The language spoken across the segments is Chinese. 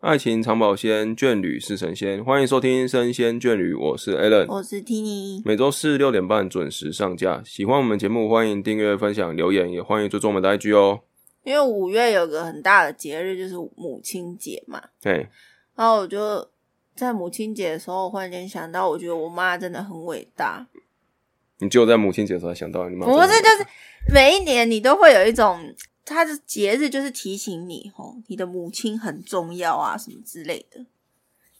爱情长保鲜，眷侣是神仙。欢迎收听《生鲜眷侣》，我是 Alan，我是 Tini，每周四六点半准时上架。喜欢我们节目，欢迎订阅、分享、留言，也欢迎追踪我们的 IG 哦。因为五月有个很大的节日就是母亲节嘛，嘿，然后我就在母亲节的时候，忽然间想到，我觉得我妈真的很伟大。你只有在母亲节的时候才想到你妈，不是，就是每一年你都会有一种，它的节日就是提醒你，吼，你的母亲很重要啊，什么之类的，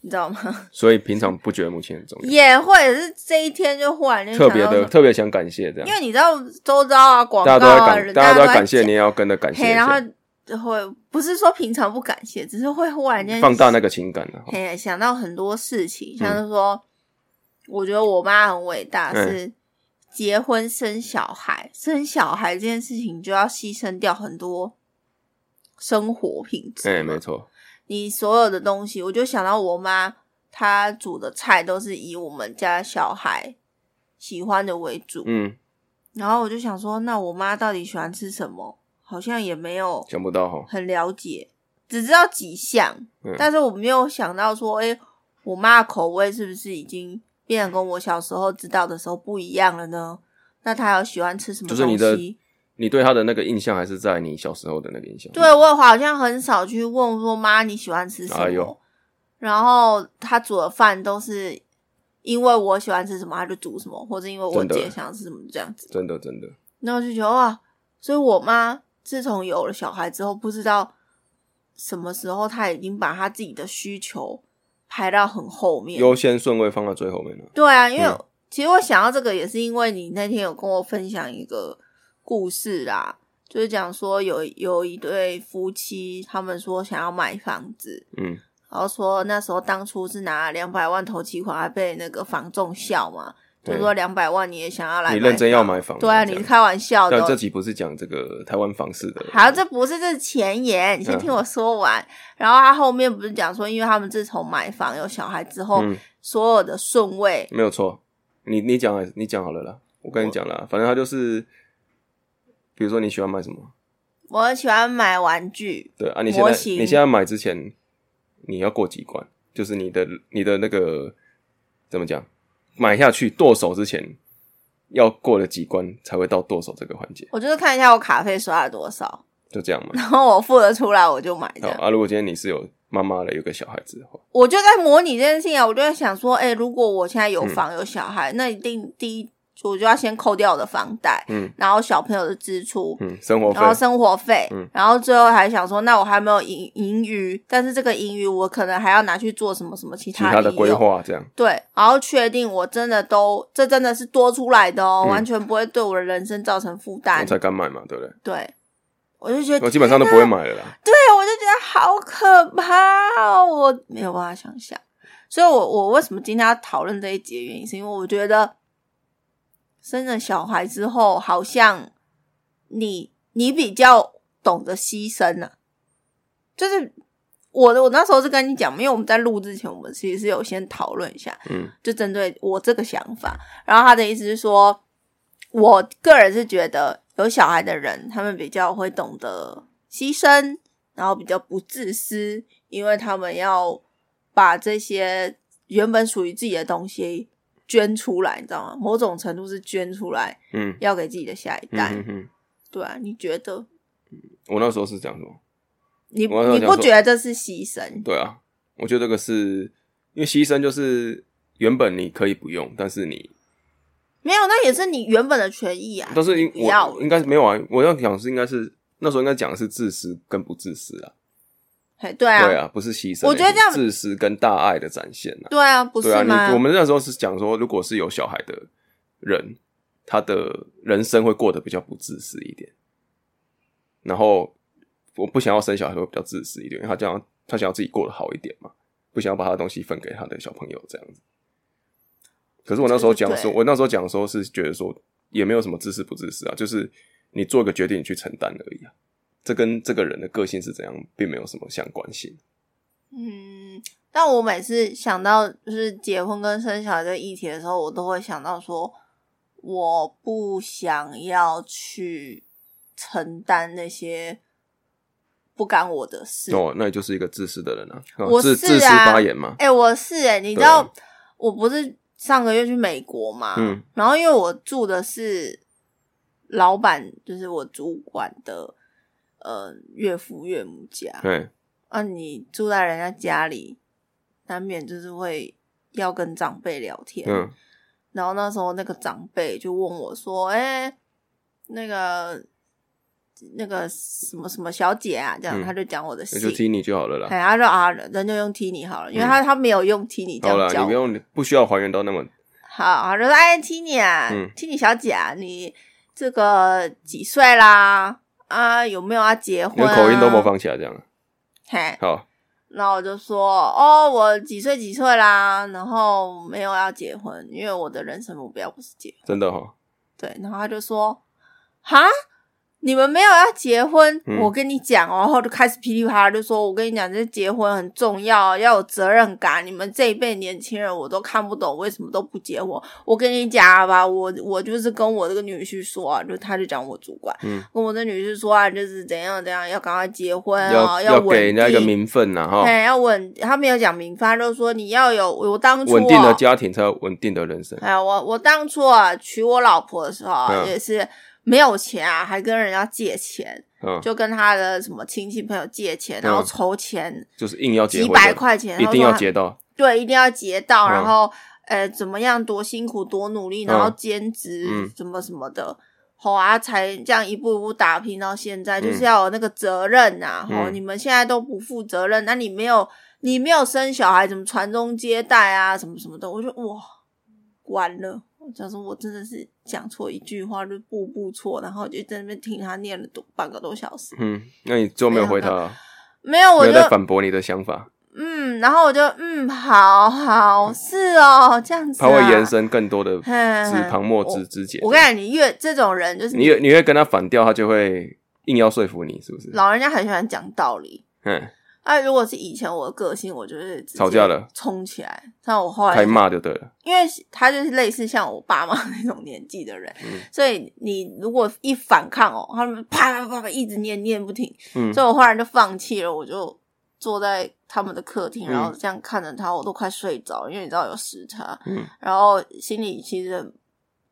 你知道吗？所以平常不觉得母亲很重要，也会是这一天就忽然间特想到别什的么特别想感谢这样因，为你知道周遭啊，广告大家都在啊，感，人大家都都在感谢，讲你也要跟着感谢嘿，一然下，后就会不是说平常不感谢，只是会忽然间放大那个情感啊。嘿，想到很多事情，像是说，我觉得我妈很伟大，嗯是结婚生小孩，生小孩这件事情就要牺牲掉很多生活品质。哎、没，错，你所有的东西，我就想到我妈她煮的菜都是以我们家小孩喜欢的为主，嗯，然后我就想说，那我妈到底喜欢吃什么？好像也没有想不到哈，很了解，只知道几项，嗯但是我没有想到说，哎、我妈的口味是不是已经变得跟我小时候知道的时候不一样了呢？那她有喜欢吃什么就是你东的西？你对他的那个印象还是在你小时候的那个印象，对啊我好像很少去问说妈你喜欢吃什么，哎呦然后她煮的饭都是因为我喜欢吃什么，她就煮什么，或者因为我真的姐想吃什么这样子。真的真的，那我就觉得哇，所以我妈自从有了小孩之后，不知道什么时候她已经把她自己的需求排到很后面。优先顺位放在最后面了。对啊，因为、嗯其实我想到这个也是因为你那天有跟我分享一个故事啦，就是讲说有有一对夫妻，他们说想要买房子，嗯，然后说那时候当初是拿两百万投期款，还被那个房仲笑嘛，就对说两百万你也想要来，你认真要买房对啊，这你样是开玩笑的哦，但这集不是讲这个台湾房市的，好，这不是这是前言，嗯你先听我说完。然后他后面不是讲说，因为他们自从买房有小孩之后，嗯，所有的顺位没有错。你你讲还是你讲好了啦，我跟你讲啦，反正他就是，比如说你喜欢买什么，我很喜欢买玩具，对啊，你现在模型你现在买之前，你要过几关，就是你的你的那个怎么讲，买下去剁手之前要过了几关才会到剁手这个环节，我就是看一下我卡费刷了多少，就这样嘛。然后我付得出来我就买这好样。啊，如果今天你是有妈妈的，有个小孩子的话，我就在模拟这件事情啊，我就在想说，哎、如果我现在嗯有房有小孩，那一定第一我就要先扣掉我的房贷，嗯然后小朋友的支出，嗯，生活费然后生活费，嗯然后最后还想说，那我还没有盈盈余，但是这个盈余我可能还要拿去做什么什么其其他他的利用规，划这样，对，然后确定我真的都这真的是多出来的哦，嗯完全不会对我的人生造成负我担，才敢买嘛，对不对？对，我就 觉得我基本上都不会买了啦。 对，我就觉得好可怕哦，我没有办法想象。所以我，我为什么今天要讨论这一节，原因是因为我觉得生了小孩之后，好像你你比较懂得牺牲了、就是我的，我那时候是跟你讲，因为我们在录之前，我们其实是有先讨论一下，嗯，就针对我这个想法。然后他的意思是说，我个人是觉得有小孩的人，他们比较会懂得牺牲，然后比较不自私，因为他们要把这些原本属于自己的东西捐出来，你知道吗？某种程度是捐出来，嗯，要给自己的下一代。嗯嗯嗯，对啊，你觉得？我那时候是讲什么？你我要你想不说觉得这是牺牲？对啊，我觉得这个是因为牺牲就是原本你可以不用，但是你没有，那也是你原本的权益啊。但是因不要我应该是没有啊，我要讲是应该是那时候应该讲的是自私跟不自私啊，嘿，对啊，对啊，不是牺牲欸，我觉得这样是自私跟大爱的展现啊，对啊，不是对啊，吗？你我们那时候是讲说，如果是有小孩的人，他的人生会过得比较不自私一点，然后我不想要生小孩会比较自私一点，因为他这样他想要自己过得好一点嘛，不想要把他的东西分给他的小朋友这样子。可是我那时候讲这说，个对我那时候讲说是觉得说也没有什么自私不自私啊，就是你做个决定你去承担而已啊，这跟这个人的个性是怎样并没有什么相关性。嗯，但我每次想到就是结婚跟生小孩这个议题的时候，我都会想到说，我不想要去承担那些不干我的事。哦，那你就是一个自私的人啊，哦我自是自私啊发言嘛。哎、我是哎、你知对啊道我不是上个月去美国嘛？嗯然后因为我住的是老板，就是我主管的呃岳父岳母家。对，啊，你住在人家家里，难免就是会要跟长辈聊天。嗯，然后那时候那个长辈就问我说：“哎、那个那个什么什么小姐啊，这样、嗯他就讲我的那姓，就踢你就好了啦。哎，他说啊，人就用 T 你好了，因为他、他没有用 T 你这好样了，叫你我不用，你不需要还原到那么好，他就说：“哎，Tini 啊嗯，Tini 小姐啊，你这个几岁啦？啊，有没有要结你婚、的啊？”口音都模。仿起来这样。嘿，好，然后我就说：“哦，我几岁几岁啦，然后没有要结婚，因为我的人生目标不是结婚。真的哈，”对，然后他就说：“哈，你们没有要结婚？嗯我跟你讲哦。”然后就开始噼里啪啦就说：“我跟你讲，这结婚很重要，要有责任感。你们这一辈年轻人，我都看不懂为什么都不结婚。我跟你讲吧，我我就是跟我这个女婿说啊，就他就讲我主管，嗯，跟我这女婿说啊，就是怎样怎样，要赶快结婚啊，要稳给人家一个定名分呐哈，哎，要稳，他没有讲明发，他就说你要有我当初稳定的哦家庭才有稳定的人生。哎呀，我我当初啊娶我老婆的时候啊、嗯也是没有钱啊，还跟人家借钱，嗯，就跟他的什么亲戚朋友借钱，嗯然后筹钱、就是硬要结几婚的，百块钱，一他定说要他结到。对，一定要结到，嗯然后呃怎么样多辛苦多努力，然后嗯兼职、嗯什么什么的。吼啊，才这样一步一步打拼到现在，嗯就是要有那个责任呐、啊。吼、嗯你们现在都不负责任，那你没有你没有生小孩，怎么传宗接代啊，什么什么的？我就哇，完了！我想说，我真的是讲错一句话就步步错，然后就在那边听他念了多半个多小时。嗯，那你最后没有回他啊，没有，我没有就在反驳你的想法，嗯，然后我就嗯，好好是哦，这样子、啊。他会延伸更多的嘿嘿枝旁末枝枝节。我跟你讲，你越这种人，就是你越你越跟他反调，他就会硬要说服你，是不是？老人家很喜欢讲道理。嗯，啊，如果是以前我的个性，我就是直接吵架了冲起来。但我后来开，骂就对了。因为他就是类似像我爸妈 那种年纪的人，嗯所以你如果一反抗哦，他们啪啪啪啪一直念念不停，嗯所以我后来就放弃了，我就坐在他们的客厅，嗯然后这样看着他，我都快睡着，因为你知道有时差，嗯，然后心里其实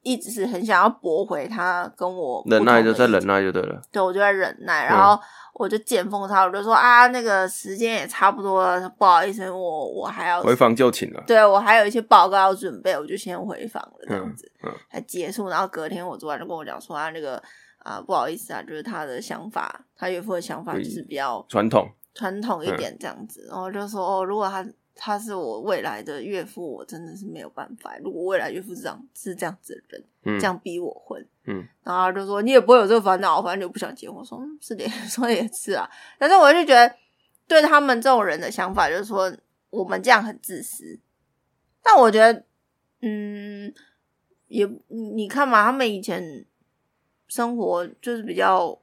一直是很想要驳回他跟我不忍耐就同再的意见忍嗯耐就对了。对，我就在忍耐，然后我就见缝插针，我就说啊，那个时间也差不多了，不好意思，我我还要，回访就寝了。对我还有一些报告要准备，我就先回访了，这样子，嗯嗯才结束。然后隔天我主管就跟我讲说啊，那个啊，不好意思啊，就是他的想法，他岳父的想法就是比较传统，传统一点这样子，然后我就说哦，如果他。他是我未来的岳父，我真的是没有办法。如果未来岳父是这样是这样子的人，嗯，这样逼我婚，嗯，然后他就说你也不会有这个烦恼，反正你就不想结婚。我说嗯，是的， 说的也是啊。但是我就觉得对他们这种人的想法，就是说我们这样很自私。但我觉得，嗯，也你看嘛，他们以前生活就是比较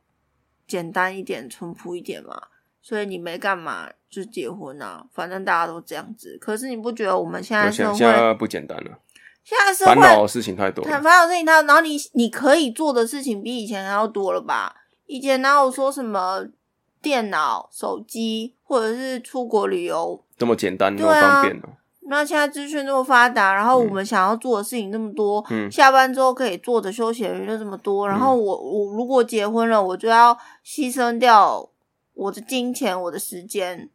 简单一点、淳朴一点嘛，所以你没干嘛就结婚啊，反正大家都这样子。可是你不觉得我们现在我社想会，现在不简单了，现在社烦会恼的事情太多很了。烦恼事情他，然后你你可以做的事情比以前还要多了吧？以前哪有说什么电脑、手机，或者是出国旅游？这么简单，那对么啊方便呢？那现在资讯这么发达，然后嗯我们想要做的事情这么多，嗯下班之后可以做的休闲娱乐这么多，然后我我如果结婚了，我就要牺牲掉我的金钱、我的时间，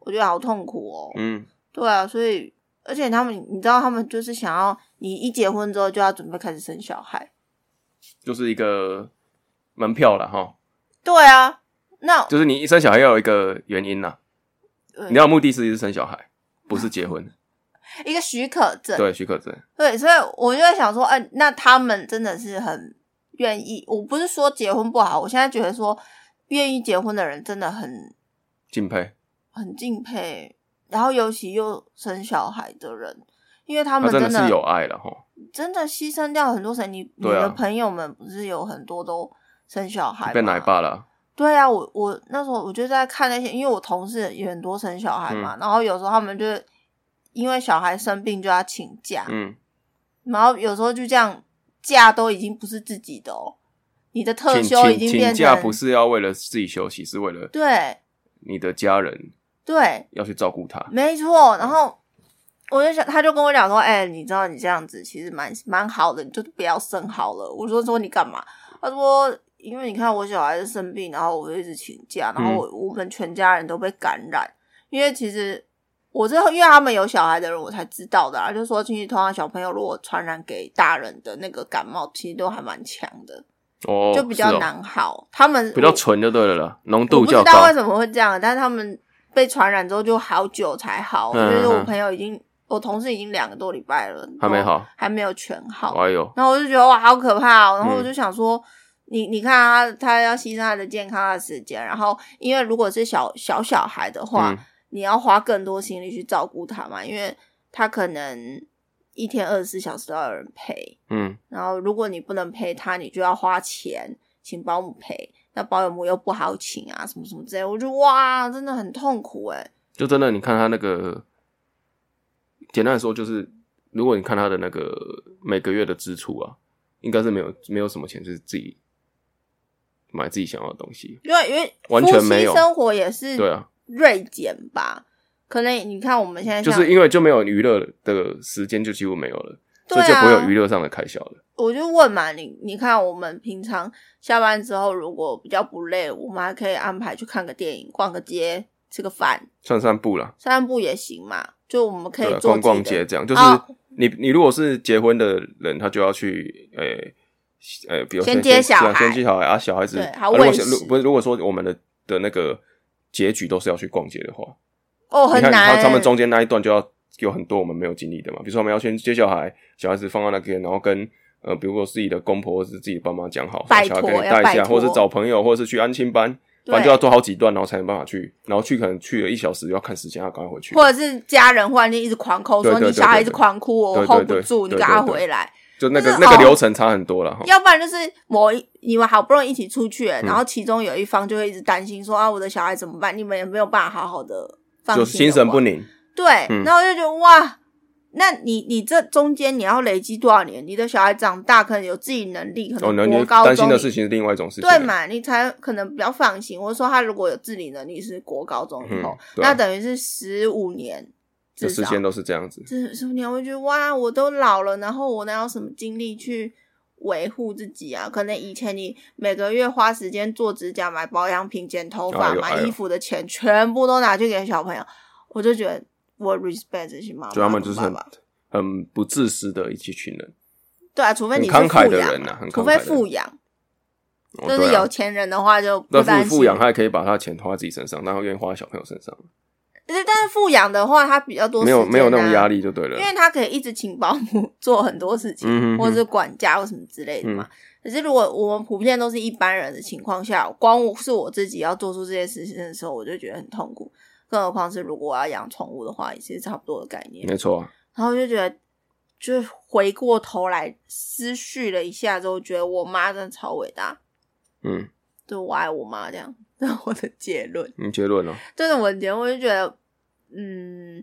我觉得好痛苦哦。嗯，对啊，所以而且他们，你知道，他们就是想要你一结婚之后就要准备开始生小孩。就是一个门票了哈，对啊，那就是你生小孩要有一个原因啦，对你要目的是是生小孩，不是结 婚。呃一个许可证，对，许可证。对所以我就在想说，哎、那他们真的是很愿意。我不是说结婚不好，我现在觉得说愿意结婚的人真的很敬佩，很敬佩，然后尤其又生小孩的人，因为他他们啊真真的的是有爱了哈。真的牺牲掉很多神。你、你对啊的朋友们不是有很多都生小孩吗被奶爸了，对啊，我我那时候我就在看那些，因为我同事也很多生小孩嘛，嗯然后有时候他们就因为小孩生病就要请假，嗯，然后有时候就这样假都已经不是自己的哦，你的特请休已请经变请成假不是要为了自己休息，是为了对，你的家人对，要去照顾他。没错。然后我就想，他就跟我讲说：“哎、你知道你这样子其实蛮蛮好的，你就不要生好了。”我说：“说你干嘛？”他说：“因为你看我小孩子生病，然后我就一直请假，嗯然后我、我们全家人都被感染。因为其实我知道，因为他们有小孩的人，我才知道的啊。就说，其实通常小朋友如果传染给大人的那个感冒，其实都还蛮强的，哦，就比较是哦，难好。他们比较纯就对了啦，浓我度不知较道高为。什么会这样，但是他们被传染之后就好久才好，嗯就是嗯我嗯朋友已经，我同事已经两个多礼拜了，还没都好，还没有全好。哎呦，然后我就觉得哇，好可怕、哦！然后嗯我就想说，你你看他，他要牺牲他的健康、他的时间，然后因为如果是小小小孩的话，嗯你要花更多心力去照顾他嘛，因为他可能一天二十四小时都要有人陪。嗯，然后如果你不能陪他，你就要花钱请保姆陪，那保姆又不好请啊，什么什么之类的，我就哇，真的很痛苦哎、就真的，你看他那个，简单的说就是，如果你看他的那个每个月的支出啊，应该是没有没有什么钱是自己买自己想要的东西。因为因为完夫全妻没有生活也是对啊，锐减吧，可能你看我们现在就像是因为就没有娱乐的时间，就几乎没有了，对所以就不会有啊娱，乐上的开销了。我就问嘛，你你看我们平常下班之后如果比较不累，我们还可以安排去看个电影、逛个街、吃个饭、散散步啦，散散步也行嘛，就我们可对以啊，做逛逛自己的街这样，就是哦你你如果是结婚的人，他就要去诶诶、呃比如说先接小对啊先孩接小孩啊，小孩子对还啊如果喂是如食不是如果说我们的的那个结局都是要去逛街的话，哦很你看难欸、他他们中间那一段就要有很多我们没有经历的嘛，比如说我们要先接小孩，小孩子放到那边，然后跟呃，比如说自己的公婆或是自己的爸妈讲好，拜小孩托给你要带一拜下，或者是托找朋友，或者是去安亲班，对反正就要做好几段，然后才有办法去，然后去可能去了一小时，要看时间，要赶快回去，或者是家人忽然间一直狂抠，对说对你对小孩对一直对狂哭，我对对 hold 不对住，你对赶对快对回来。就那个就是那个哦流程差很多了哈。要不然就是某一你们好不容易一起出去，嗯然后其中有一方就会一直担心说啊，我的小孩怎么办？你们也没有办法好好的放就心，心神不。宁，对，嗯然后我就觉得哇，那你你这中间你要累积多少年？你的小孩长大可能有自己能力，可哦，那能你国高中担心的你事情是另外一种事情，对？嘛，你才可能比较放心。我说他如果有自理能力是国高中以嗯后，对啊哦那等于是十五年这至时少间都是这样子，这十五年，我就觉得哇，我都老了，然后我哪有什么精力去维护自己啊？可能以前你每个月花时间做指甲、买保养品、剪头发、哎呦哎买呦衣服的钱，全部都拿去给小朋友，我就觉得我 respect 这些妈妈，就他们就是爸很爸很不自私的一起群人，对啊，除非很你是慷慨富的养人嘛啊很慷除非慨的人富养，哦就对是啊有钱人的话就不那担富心。富养，他也可以把他的钱花在自己身上，然后愿意花在小朋友身上，但是但是富养的话，他比较多没有时间没有那啊种压力就对了因。为他可以一直请保姆做很多事情，嗯哼哼嗯或者是管家或什么之类的嘛。可是如果我们普遍都是一般人的情况下，光我是我自己要做出这些事情的时候，我就觉得很痛苦。更何况是如果我要养宠物的话，也是差不多的概念。没错啊，然后我就觉得，就是回过头来思绪了一下之后，觉得我妈真的超伟大，嗯，对我爱我妈这样，这是我的结论。你结论了，哦对的文件，我就觉得，嗯，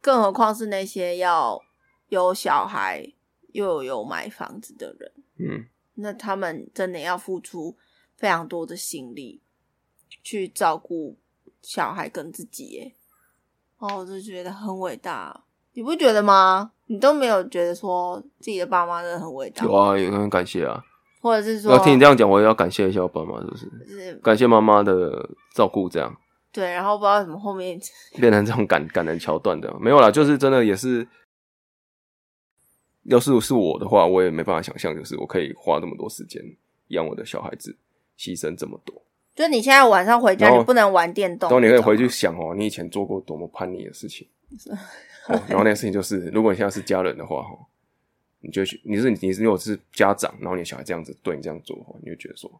更何况是那些要有小孩又有买房子的人，嗯，那他们真的要付出非常多的心力去照顾小孩跟自己耶。哦，我就觉得很伟大，你不觉得吗？你都没有觉得说自己的爸妈真的很伟大，有啊，也很感谢啊。或者是说要听你这样讲，我也要感谢一下我爸妈，是不是？就是感谢妈妈的照顾，这样对，然后不知道为什么后面 变成这种感感人桥段的，没有啦，就是真的也是。要是是我的话，我也没办法想象，就是我可以花这么多时间养我的小孩子，牺牲这么多。就你现在晚上回家然后你不能玩电动然后那你种，啊可以回去想哦，你以前做过多么叛逆的事情。哦，然后那个事情就是，如果你现在是家人的话，哈，你就会去，你是你是如果是家长，然后你的小孩这样子对你这样做的话，你就觉得说，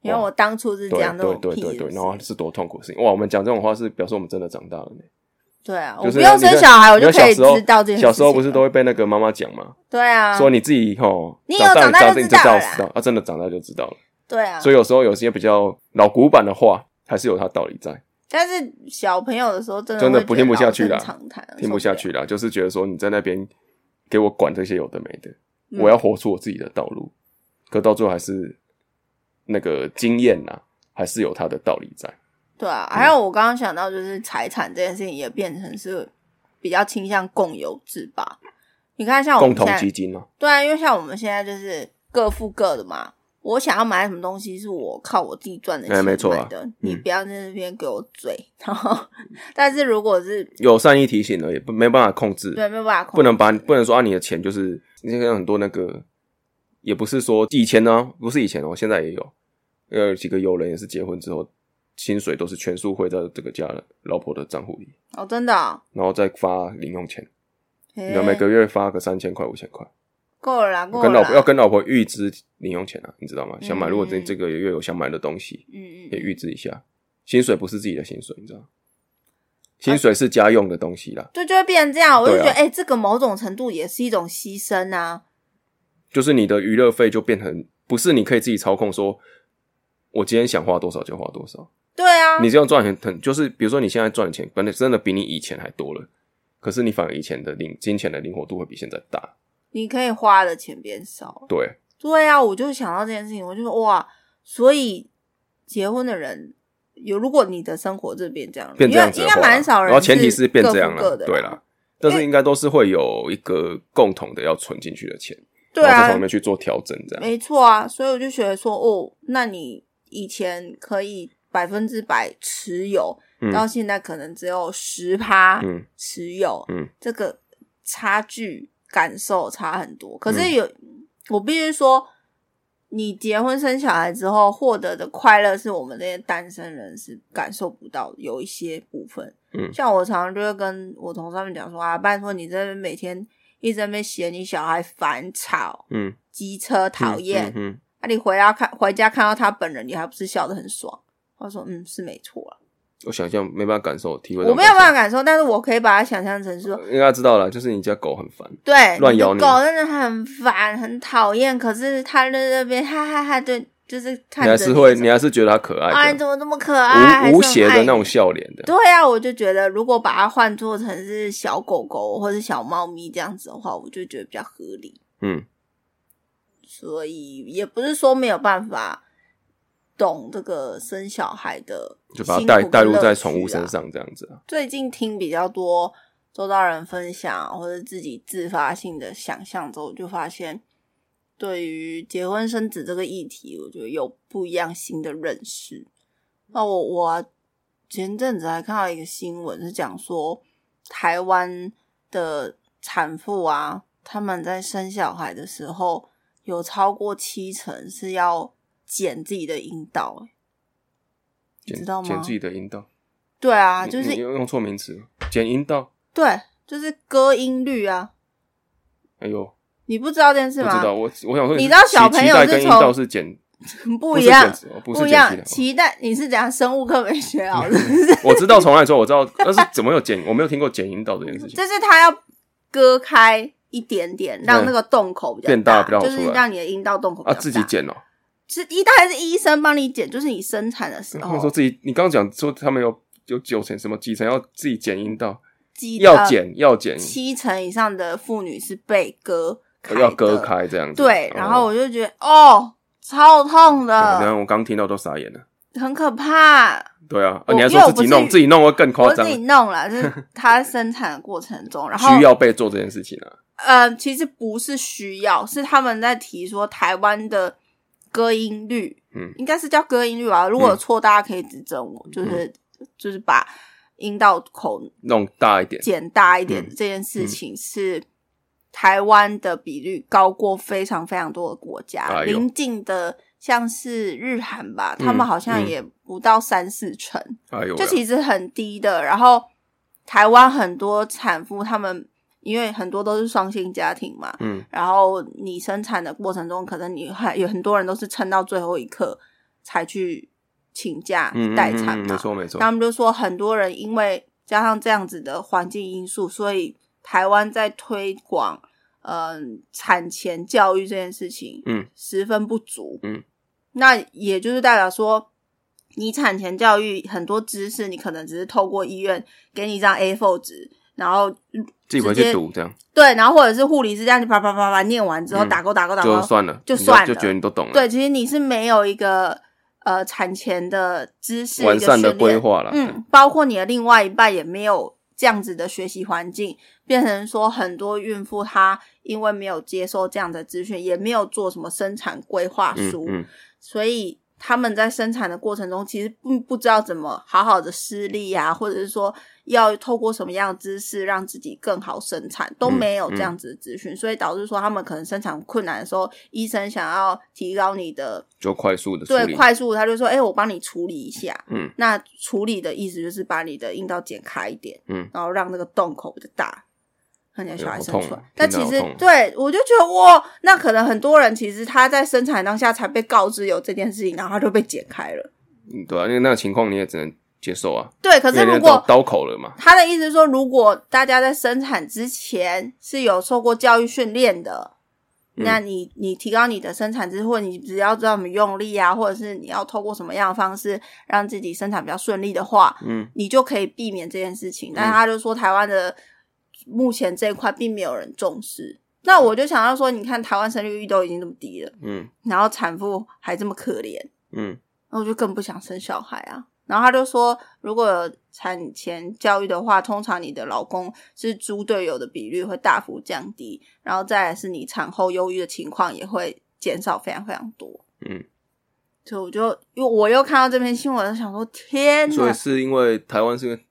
因为我当初是对讲那对种对屁对的对，事然后是多痛苦的事情。哇，我们讲这种话是表示我们真的长大了呢。对啊，就是我不用生小孩，我你看就可小以时候知道这件事情小时候不是了都会被那个妈妈讲嘛，对啊，说你自己吼，你有长长大大就你知道知道了啦知道啊，真的长大就知道了。对啊，所以有时候有些比较老古板的话，还是有它道理在。但是小朋友的时候真的真的会不觉得听不下去啦老生常谈啊听不下去啦，就是觉得说你在那边给我管这些有的没的，嗯我要活出我自己的道路。啊可到最后还是那个经验呐、还是有它的道理在。对啊，还嗯有我刚刚想到，就是财产这件事情也变成是比较倾向共有制吧。哦你看，像我共们同现在基金嘛、对啊，因为像我们现在就是各付各的嘛。我想要买什么东西，是我靠我自己赚的哎钱没错啊买的，你嗯不要在那边给我嘴。然后， 但是如果是有善意提醒了，也不没办法控制，对没有办法控制，不能把不能说啊你的钱就是那个很多那个，也不是说以前呢、不是以前哦，现在也有，呃，几个友人也是结婚之后，薪水都是全数汇到这个家人老婆的账户里，哦，真的哦、然后再发零用钱，嘿你要每个月发个三千块五千块，够了哎啦，够了跟啦，老婆要跟老婆预支零用钱啊，你知道吗？想买，嗯如果这这个月有想买的东西，嗯嗯也预支一下，薪水不是自己的薪水，你知道吗？薪啊水是家用的东西啦，对，就会变成这样。我就觉对得，啊哎、这个某种程度也是一种牺牲啊。就是你的娱乐费就变成不是你可以自己操控说，我今天想花多少就花多少。对啊，你这样赚很很就是，比如说你现在赚的钱，本来真的比你以前还多了，可是你反而以前的灵金钱的灵活度会比现在大。你可以花的钱变少了。对，对啊，我就想到这件事情，我就说哇，所以结婚的人有，如果你的生活这边这样，变这样子因的为应话，该蛮少人，然后前提是变这样了，了，对啦。但是应该都是会有一个共同的要存进去的钱，对然后这啊方，面去做调整，这样没错啊，所以我就觉得说，哦，那你以前可以百分之百持有，嗯到现在可能只有十趴嗯持有，嗯，这个差距感受差很多。可嗯是有，我必须说，你结婚生小孩之后获得的快乐，是我们这些单身人是感受不到的，有一些部分。嗯像我常常就会跟我同事他们讲说啊，拜托你这边每天一直在那边嫌你小孩烦吵、嗯，机车讨厌，嗯嗯啊，你回家看回家看到他本人，你还不是笑得很爽？他说：“嗯，是没错啦，我想象没办法感受体会，我没有办法，感受，但是我可以把它想象成说，应该知道了，就是你家狗很烦，对，乱咬你你的狗真的很烦，很讨厌。可是它在那边哈哈哈，对，就是看你着还是会，你还还是觉得它可爱的，啊，你怎么那么可爱，还是无很无邪的爱那种。笑脸的，对啊，我就觉得如果把它换做成是小狗狗或者小猫咪这样子的话，我就觉得比较合理。嗯，所以也不是说没有办法懂这个生小孩的就把它辛带苦跟带入乐在趣宠物啊身上这样子啊。最近听比较多周遭人分享，或者自己自发性的想象之后，我就发现对于结婚生子这个议题，我觉得有不一样新的认识。那我我前阵子还看到一个新闻，是讲说台湾的产妇啊，他们在生小孩的时候，有超过七成是要剪自己的阴道、欸你剪知道吗剪自己的阴道对啊，你就是你用错名词了，剪阴道。对，就是割音律啊。哎呦，你不知道这件事不吗？知道我我想说是，你知道小朋友脐带是跟阴从道是剪 不一样，是剪纸哦不是不剪一脐样。带脐带你是怎样生物课没学好？是不是？我知道从来说我知道，但是怎么有剪？我没有听过剪阴道这件事情。 就是它要割开一点点，让那个洞口比较嗯变大比较好就是出来让你的阴道洞口比啊，较大。自己剪哦。是一大还是医生帮你剪？就是你生产的时他嗯候们说自己，你刚刚讲说他们有有九成什么几成要自己剪阴道，鸡要呃剪要剪七成以上的妇女是被割开的要割。开这样子。对哦，然后我呃就觉得哦，超痛嗯然的，后我刚听到都傻眼了。很可怕。对啊，啊我你还因为说我自己不是弄自己弄会更我夸自张，己 弄了，就是她生产的过程中，然后需要被做这件事情啊。呃，其实不是需要，是他们在提说台湾的歌音率，嗯应该是叫歌音率吧？如果有嗯错，大家可以指正我，就是、就是把阴道口弄大一点，剪大一点、嗯这件事情是。台湾的比率高过非常非常多的国家，哎呦邻近的像是日韩吧，嗯他们好像嗯也不到三四成，哎呦喂啊，就其实很低的。然后台湾很多产妇，她们因为很多都是双薪家庭嘛，嗯，然后你生产的过程中，可能你还有很多人都是撑到最后一刻才去请假嗯待产嗯嗯嗯嘛。没错没错，他们就说，很多人因为加上这样子的环境因素，所以台湾在推广嗯、产前教育这件事情，嗯，十分不足，嗯，那也就是代表说，你产前教育很多知识，你可能只是透过医院给你一张 A4 纸，然后自己回直去接读这样对，然后或者是护理师这样子啪啪啪啪念完之后，嗯打勾打勾打勾就，算了，就你算了就觉得你都懂了，对，其实你是没有一个呃产前的知识完善的一个训练规划啦嗯，包括你的另外一半也没有这样子的学习环境，变成说很多孕妇她因为没有接受这样的资讯，也没有做什么生产规划嗯书，嗯，所以他们在生产的过程中，其实并不知道怎么好好的施力啊，或者是说要透过什么样的姿势让自己更好生产，都没有这样子的资讯，所以导致说他们可能生产困难的时候，医生想要提高你的就快速的处对理，快速，他就说：“哎、我帮你处理一下。”嗯，那处理的意思就是把你的阴道剪开一点，嗯，然后让那个洞口比较大，让你的小孩哎生好出痛来啊。但听其到实好痛对我就觉得哇，那可能很多人其实他在生产当下才被告知有这件事情，然后他就被剪开了。嗯对啊，因为那个情况你也只能接受啊，对，可是因为如那种果刀口了嘛，他的意思是说，如果大家在生产之前是有受过教育训练的，嗯那你你提高你的生产之后，你只要知道怎么用力啊，或者是你要透过什么样的方式让自己生产比较顺利的话，嗯，你就可以避免这件事情。但是他就说，台湾的目前这一块并没有人重视。那我就想要说，你看台湾生育率都已经这么低了，嗯然后产妇还这么可怜，嗯那我就更不想生小孩啊。然后他就说，如果有产前教育的话，通常你的老公是猪队友的比率会大幅降低，然后再来是你产后忧郁的情况也会减少非常非常多。嗯，所以我就因为我又看到这篇新闻，想说天所以哪，是因为台湾是因为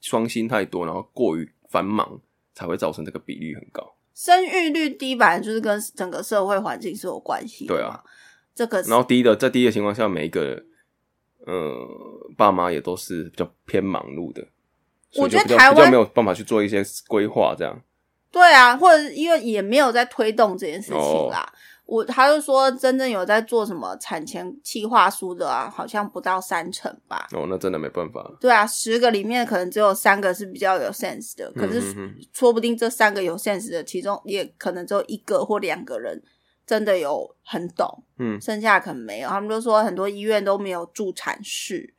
双薪太多，然后过于繁忙，才会造成这个比率很高。生育率低，本来就是跟整个社会环境是有关系的。对啊，这个是然后低的，在低的情况下，每一个呃爸妈也都是比较偏忙碌的，所我以就觉得比较台比较湾没有办法去做一些规划，这样对啊，或者是因为也没有在推动这件事情哦啦。我他就说，真正有在做什么产前计划书的啊，好像不到三成吧。哦，那真的没办法了。对啊，十个里面可能只有三个是比较有 sense 的，可嗯是嗯嗯说不定这三个有 sense 的，其中也可能只有一个或两个人真的有很懂，嗯剩下可能没有。他们就说很多医院都没有助产士、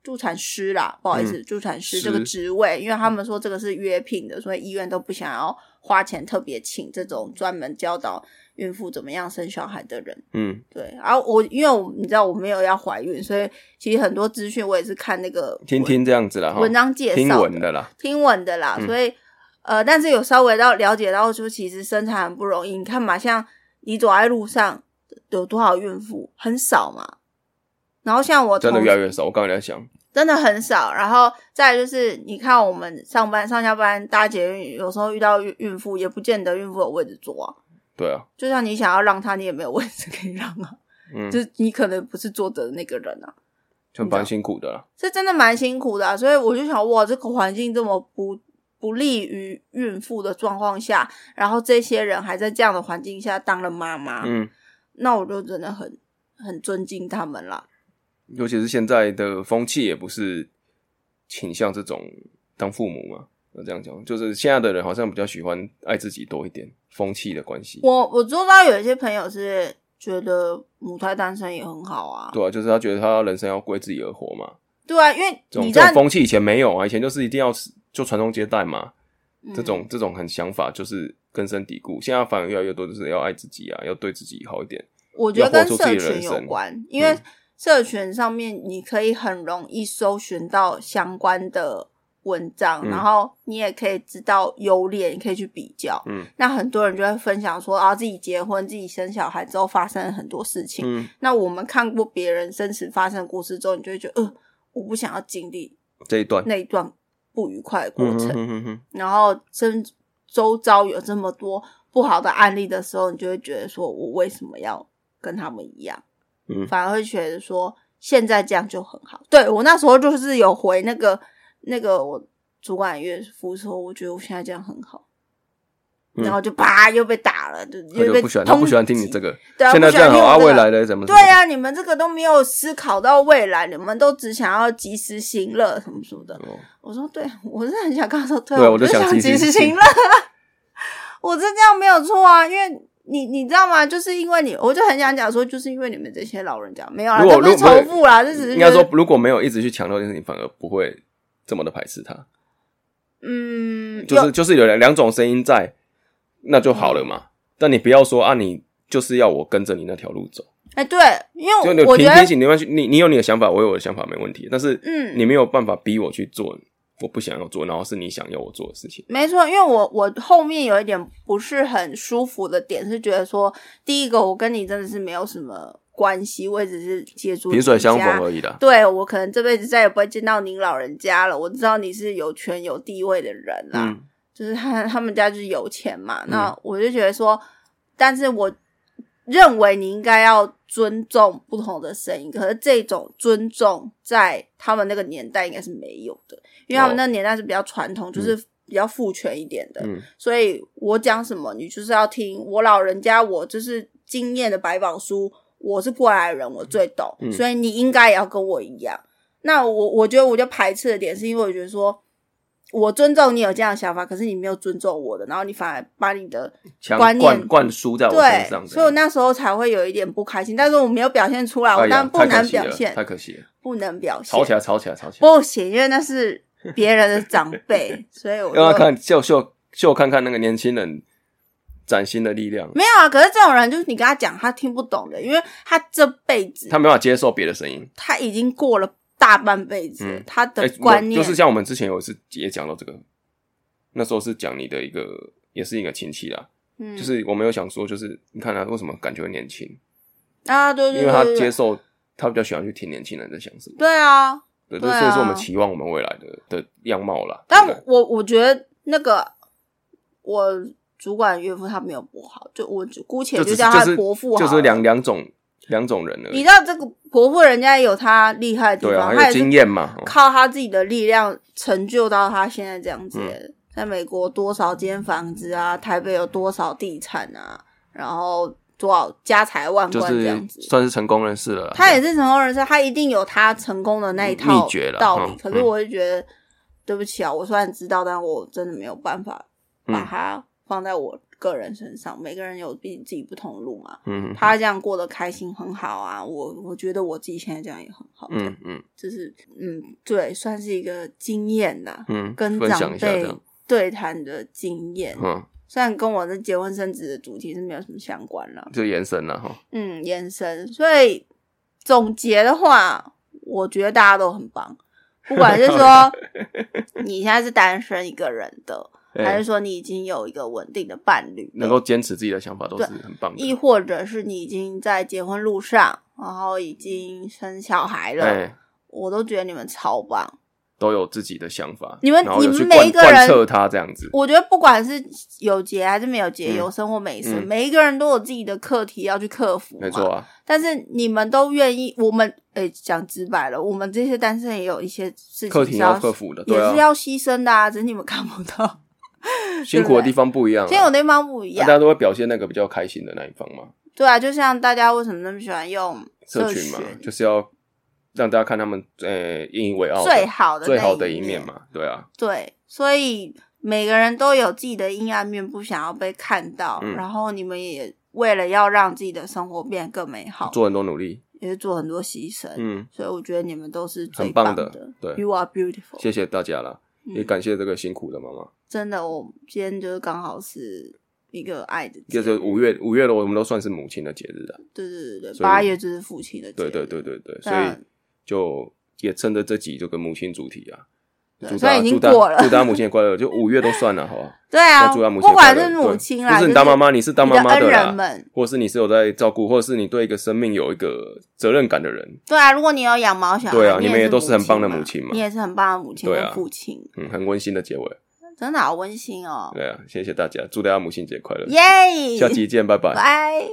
助产师啦，不好意思，助产嗯师师嗯这个职位，因为他们说这个是约聘的，所以医院都不想要花钱特别请这种专门教导孕妇怎么样生小孩的人。嗯，对，然后我因为我你知道我没有要怀孕，所以其实很多资讯我也是看那个听听这样子啦，哈，文章介听绍闻的啦，听闻的啦，嗯所以呃，但是有稍微到了解到，就其实生产很不容易。你看嘛，像你走在路上有多少孕妇，很少嘛。然后像我真的同越来越少。我刚才在想，真的很少。然后再来就是，你看我们上班上下班搭捷运，有时候遇到孕孕妇，也不见得孕妇有位置坐啊。对啊，就算你想要让她，你也没有位置可以让啊。嗯，就是你可能不是坐着的那个人啊，就蛮辛苦的啦。这真的蛮辛苦的啊、所以我就想，哇，这个环境这么不不利于孕妇的状况下，然后这些人还在这样的环境下当了妈妈，嗯，那我就真的很很尊敬他们啦。尤其是现在的风气也不是倾向这种当父母嘛。那这样讲，就是现在的人好像比较喜欢爱自己多一点，风气的关系。我我周遭有一些朋友是觉得母胎单身也很好啊，对啊，就是他觉得他人生要为自己而活嘛。对啊，因为这种你这知种道，风气以前没有啊，以前就是一定要就传宗接代嘛，嗯这种这种很想法就是根深蒂固。现在反而越来越多就是要爱自己啊，要对自己好一点。我觉得跟社要活出群自己的有人嗯关，因为社群上面你可以很容易搜寻到相关的文章，嗯然后你也可以知道优劣，你可以去比较。嗯那很多人就会分享说啊，自己结婚、自己生小孩之后发生了很多事情。嗯，那我们看过别人真实发生的故事之后，你就会觉得，呃，我不想要经历这一段那一段不愉快的过嗯程。哼哼哼哼然后身周遭有这么多不好的案例的时候，你就会觉得说我为什么要跟他们一样？嗯反而会觉得说现在这样就很好。对我那时候就是有回那个那个我主管岳父说，我觉得我现在这样很好。嗯然后就啪又被打了，就他又就被不喜欢，他通不喜欢听你缉这个。对啊现在不喜这欢样好啊，听我这个未来的怎么？对呀、你们这个都没有思考到未来，你们都只想要及时行乐什么什么的怎。么。哦我说对，我是很想告诉对，对啊我我就想想及时时行行乐。我是这样没有错啊，因为你你知道吗？就是因为你，我就很想讲说，就是因为你们这些老人家没有啦，如这果不是如果仇富啦，这只是应该就是说，如果没有一直去强调这件事情，反而不会这么的排斥他。嗯，就有嗯嗯是就是有两两种声音在，那就好了嘛。但你不要说啊，你就是要我跟着你那条路走。哎，对，因就你为有我平觉天得，性，你没关系，你你有你的想法，我有我的想法，没问题。但是，嗯你没有办法逼我去做我不想要做，然后是你想要我做的事情。没错，因为我我后面有一点不是很舒服的点是觉得说，第一个我跟你真的是没有什么关系，我也只是接触萍水你家相逢而啊已啦。对我可能这辈子再也不会见到您老人家了。我知道你是有权有地位的人啦，嗯，就是他他们家就是有钱嘛，那我就觉得说，但是我认为你应该要尊重不同的声音，可是这种尊重在他们那个年代应该是没有的，因为他们那个年代是比较传统，就是比较父权一点的，嗯所以我讲什么你就是要听。我老人家我就是经验的百宝书，我是过来人，我最懂，嗯所以你应该也要跟我一样。那我我觉得我就排斥的点，是因为我觉得说，我尊重你有这样的想法，可是你没有尊重我的，然后你反而把你的强观念灌灌输在我身上这样，对，所以我那时候才会有一点不开心，但是我没有表现出来，我哎呀当然不太可能惜了表现太，可惜了，不能表现吵，起来，吵起来，吵起来，不行，因为那是别人的长 辈，所以我让他就看秀秀秀看看那个年轻人崭新的力量，没有啊。可是这种人就是你跟他讲，他听不懂的，因为他这辈子他没办法接受别的声音。他已经过了大半辈子，嗯他哎的观我念、就是像我们之前有一次也讲到这个，那时候是讲你的一个，也是一个亲戚啦，嗯就是我没有想说，就是你看他啊为什么感觉会年轻，啊，对对因为他对对接对，受，他比较喜欢去听年轻人在想什么，对啊。对，对啊这也是我们期望我们未来的的样貌啦。但对不对我我觉得那个我主管岳父他没有不好，就我就姑且就只是叫他就是伯父好了就是两两种两种人而你已知，道这个伯父人家也有他厉害的地对啊，方，还他有也经是验嘛，哦靠他自己的力量成就到他现在这样子的。嗯在美国多少间房子啊？台北有多少地产啊？然后多少家财万就贯这样是子。算是成功人士了啦。他也是成功人士，他一定有他成功的那一套秘诀啦道理。嗯可是我就觉得，对不起啊，我虽然知道，但我真的没有办法嗯把它放在我个人身上。每个人有自己自己不同的路嘛，嗯他这样过得开心很好啊。我我觉得我自己现在这样也很好，嗯嗯就是嗯，对，算是一个经验啦，嗯，跟分享长一下这辈样，对谈的经验。嗯，虽然跟我的结婚生子的主题是没有什么相关啦，就延伸哦了哈。嗯，延伸。所以总结的话，我觉得大家都很棒，不管是 说你现在是单身一个人的，还哎是说你已经有一个稳定的伴侣的，能够坚持自己的想法都是对啊很棒亦的。或者是你已经在结婚路上，然后已经生小孩了，哎，我都觉得你们超棒。都有自己的想法，你们然后有去你们每一个人贯贯彻他这样子，我觉得不管是有结还是没有结，嗯有生或没生，嗯每一个人都有自己的课题要去克服嘛。没错啊，但是你们都愿意，我们诶讲直白了，我们这些单身也有一些事课情题是要克服的，也对是啊，要牺牲的啊，只是你们看不到。辛苦的地方不一样啊，现在有那方不一大样，家都会表现那个比较开心的那一方嘛，对啊，就像大家为什么那么喜欢用社群群嘛，就是要让大家看他们呃引以为傲的最好的最好那的一面面？嘛，对啊，对，所以每个人都有自己的阴暗面，不想要被看到，嗯然后你们也为了要让自己的生活变得更美好，呃做很多努力，也是做很多牺牲。嗯，所以我觉得你们都是最很棒的的，对 y o u are beautiful。谢谢大家啦，也嗯感谢这个辛苦的妈妈，真的，我今天就是刚好是一个爱的就节日，是五月五月了，我们都算是母亲的节日了，对对对对，所以八月就是父亲的节对日，对对对对，所那以就也趁着这集就跟母亲主题啊。对祝虽大然家已祝经大过了家祝大家母亲节快乐！就五月都算了，好吧？对 啊，要祝他母亲不快管乐是母对亲或啦，是就你当妈妈，你是当妈妈你的恩啦人，们，或是你是有在照顾，或者是你对一个生命有一个责任感的人，对啊，如果你有养毛小孩，对啊你你们也都是是很棒的母母亲嘛你也是很棒的母亲对啊跟父亲，嗯，很温馨的结尾。真的好温馨哦，对啊，谢谢大家，祝大家母亲节快乐，耶！下期见，拜拜。拜。